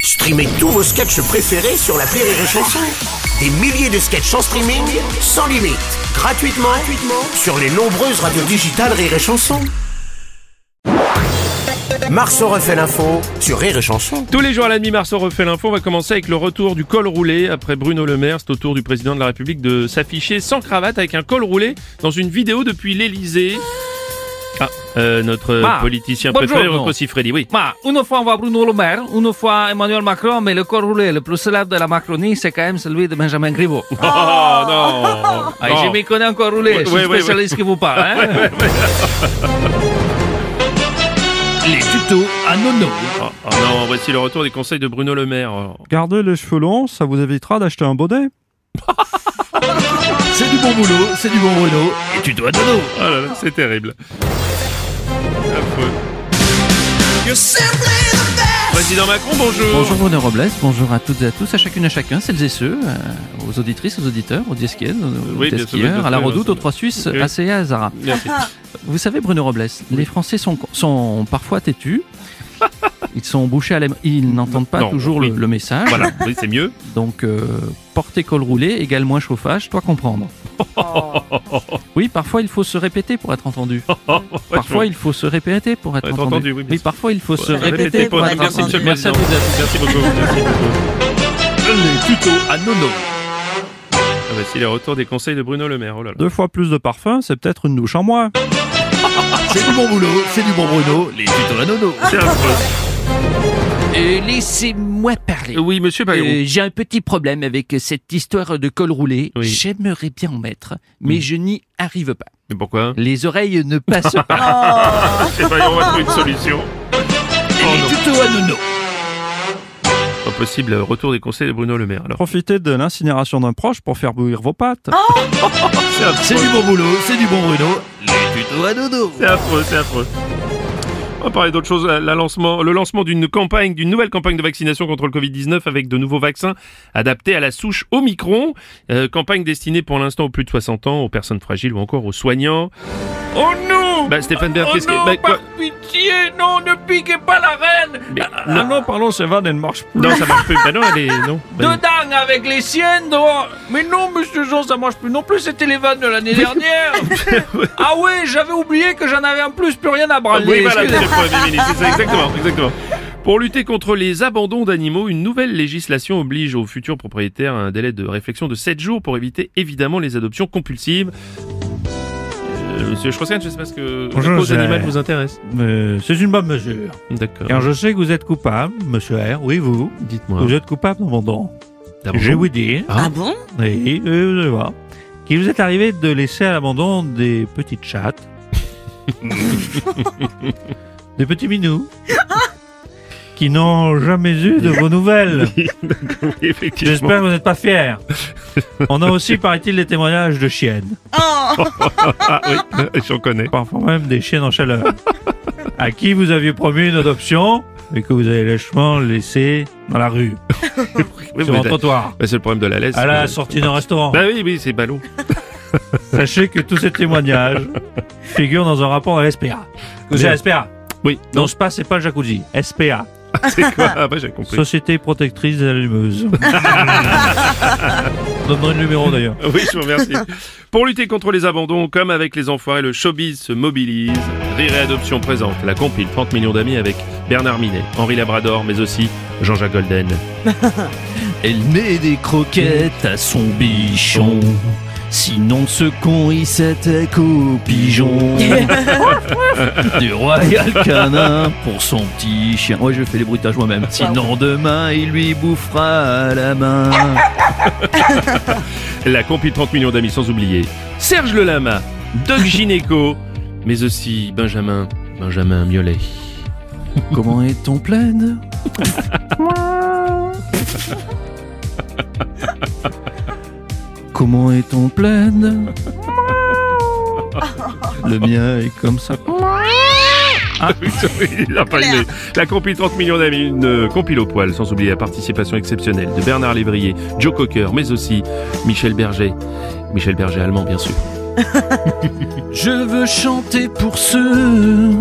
Streamez tous vos sketchs préférés sur la Rire et Chanson. Des milliers de sketchs en streaming, sans limite, gratuitement, gratuitement sur les nombreuses radios digitales Rire et Chanson. Marceau refait l'info sur Rire et Chanson. Tous les jours à la demi-mars, on refait l'info. On va commencer avec le retour du col roulé. Après Bruno Le Maire, c'est au tour du président de la République de s'afficher sans cravate avec un col roulé dans une vidéo depuis l'Elysée. Ah, euh, notre Ah, politicien bonjour, préféré, non. Rocco Siffredi, oui. Ma une fois on voit Bruno Le Maire, une fois Emmanuel Macron, mais le corps roulé le plus célèbre de la Macronie, c'est quand même celui de Benjamin Griveaux. Oh, non, Oh, Ah, non. je m'y connais en corps roulé, je suis oui, oui, spécialiste qui vous parle. Hein Les tutos à nono. Oh, oh, non, voici le retour des conseils de Bruno Le Maire. Oh. Gardez les cheveux longs, ça vous évitera d'acheter un bonnet. C'est du bon boulot, c'est du bon Bruno. Et tutos à nono. Oh là là, c'est terrible. Affreux. Président Macron, bonjour. Bonjour Bruno Robles, bonjour à toutes et à tous, à chacune et à chacun, celles et ceux, euh, aux auditrices, aux auditeurs, aux diesquiennes, aux, Oui, bien sûr, bien sûr, skieurs, à la bien redoute, sûr. aux trois Suisses, Oui. à Céa, à Zara. Merci. Vous savez, Bruno Robles, les Français sont, sont parfois têtus. Ils sont bouchés à la... Ils n'entendent pas Non, toujours oui. le, le message. Voilà, oui, c'est mieux. Donc, euh, porter col roulé égale moins chauffage, toi comprendre. Oh. Oui, parfois il faut se répéter pour être entendu. Parfois il faut se répéter pour être Être entendu. entendu, oui, bien sûr. parfois il faut se Répétez répéter pour être Merci, entendu. monsieur le Merci à président. vous deux. Merci beaucoup. Merci beaucoup. Les tutos à nono. Ah, voici les retours des conseils de Bruno Le Maire. Oh là là. Deux fois plus de parfum, c'est peut-être une douche en moins. C'est du bon boulot, c'est du bon Bruno. Les tutos à nono. C'est affreux. Euh, Laissez-moi parler. Oui, monsieur Bayrou. Euh, J'ai un petit problème avec cette histoire de col roulé. Oui. J'aimerais bien en mettre, mais Hmm. je n'y arrive pas. Mais pourquoi Les oreilles ne passent pas. Monsieur Bayrou, on va trouver une solution. Oh non. Les tutos à nono. Pas possible, euh, retour des conseils de Bruno Le Maire. Alors, Profitez de l'incinération d'un proche pour faire bouillir vos pâtes. c'est C'est affreux. du bon boulot, c'est du bon Bruno. Les tutos à nono. C'est affreux, c'est affreux. On va parler d'autre chose, la la lancement, le lancement d'une campagne, d'une nouvelle campagne de vaccination contre le Covid-19 avec de nouveaux vaccins adaptés à la souche Omicron. Euh, campagne destinée pour l'instant aux plus de 60 ans, aux personnes fragiles ou encore aux soignants. Oh non Bah Stéphane Bern, Oh qu'est-ce non, que... bah, quoi- par pitié, non, ne piquez pas la reine Ah, Mais- Non, non, pardon, ces vannes, elles ne marchent plus. Non, ça marche plus. Bah non, elle est... Non. Bah, non. Dedans, avec les siennes, dehors Mais non, monsieur Jean, ça marche plus non plus, c'était les vannes de l'année dernière Ah ouais, j'avais oublié que j'en avais en plus, plus rien à branler Ah Oui, voilà, excusez. monsieur le Premier ministre, c'est ça, exactement, exactement. Pour lutter contre les abandons d'animaux, une nouvelle législation oblige aux futurs propriétaires à un délai de réflexion de 7 jours pour éviter évidemment les adoptions compulsives. Euh, Monsieur Schroeskan, je sais pas ce que Bonjour, la cause je- animale vous intéresse. Mais c'est une bonne mesure. D'accord. Car je sais que vous êtes coupable, monsieur R, oui, vous. Dites-moi. Vous êtes coupable dans mon don. D'abandon Je vais vous dire, Ah bon oui, oui, vous allez voir, qu'il vous est arrivé de laisser à l'abandon des petites chattes, des petits minous, qui n'ont jamais eu de vos nouvelles. Effectivement. J'espère que vous n'êtes pas fiers. On a aussi, paraît-il, des témoignages de chiennes, Ah oui, j'en connais. parfois même des chiennes en chaleur, à qui vous aviez promis une adoption et que vous avez lâchement laissé dans la rue, Oui, sur mais un t'as- trottoir, bah, c'est le problème de la laisse. à Euh, la sortie d'un restaurant. Bah oui, oui, c'est ballot. Sachez que tous ces témoignages figurent dans un rapport à l'SPA. Que c'est la SPA Oui, non, Non, SPA, c'est pas le jacuzzi. SPA, c'est quoi Ah bah j'ai compris. Société Protectrice des Allumeuses. Donne-moi le numéro d'ailleurs. Oui, je vous remercie. Pour lutter contre les abandons, comme avec les enfoirés, le showbiz se mobilise. Rire et Adoption présente la compile 30 millions d'amis avec Bernard Minet, Henri Labrador, mais aussi Jean-Jacques Golden. Elle met des croquettes à son bichon. Sinon ce con il s'attaque au pigeon Du royal canin pour son petit chien Ouais je fais les bruitages moi-même Sinon demain il lui bouffera à la main La compile 30 millions d'amis, sans oublier Serge Le Lama, Doc Gineco, mais aussi Benjamin, Benjamin Miolet. Comment est ton plaid Comment est ton plaid Le mien est comme ça Il a pas aimé. La compile 30 millions d'amis, une euh, compile au poil, sans oublier la participation exceptionnelle de Bernard Lévrier, Joe Cocker, mais aussi Michel Berger. Michel Berger allemand, bien sûr. Je veux chanter pour ceux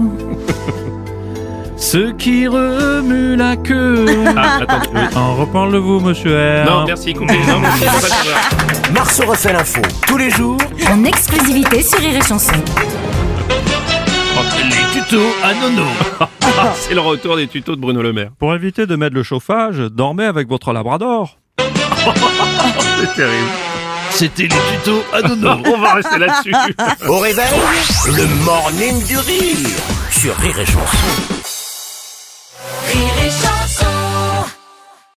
Ceux qui remuent la queue. Ah, attends. oui. En reprendre le vous, monsieur R. Non, merci, coupez. Non, merci, c'est pas pour ça. Marceau refait l'info tous les jours En exclusivité sur Rire et Chanson. Les tutos à nono. Ah, c'est le retour des tutos de Bruno Le Maire. Pour éviter de mettre le chauffage, dormez avec votre labrador. C'est terrible. C'était les tutos à nono. On va rester là-dessus. Au réveil, le morning du rire sur Rire et Chanson.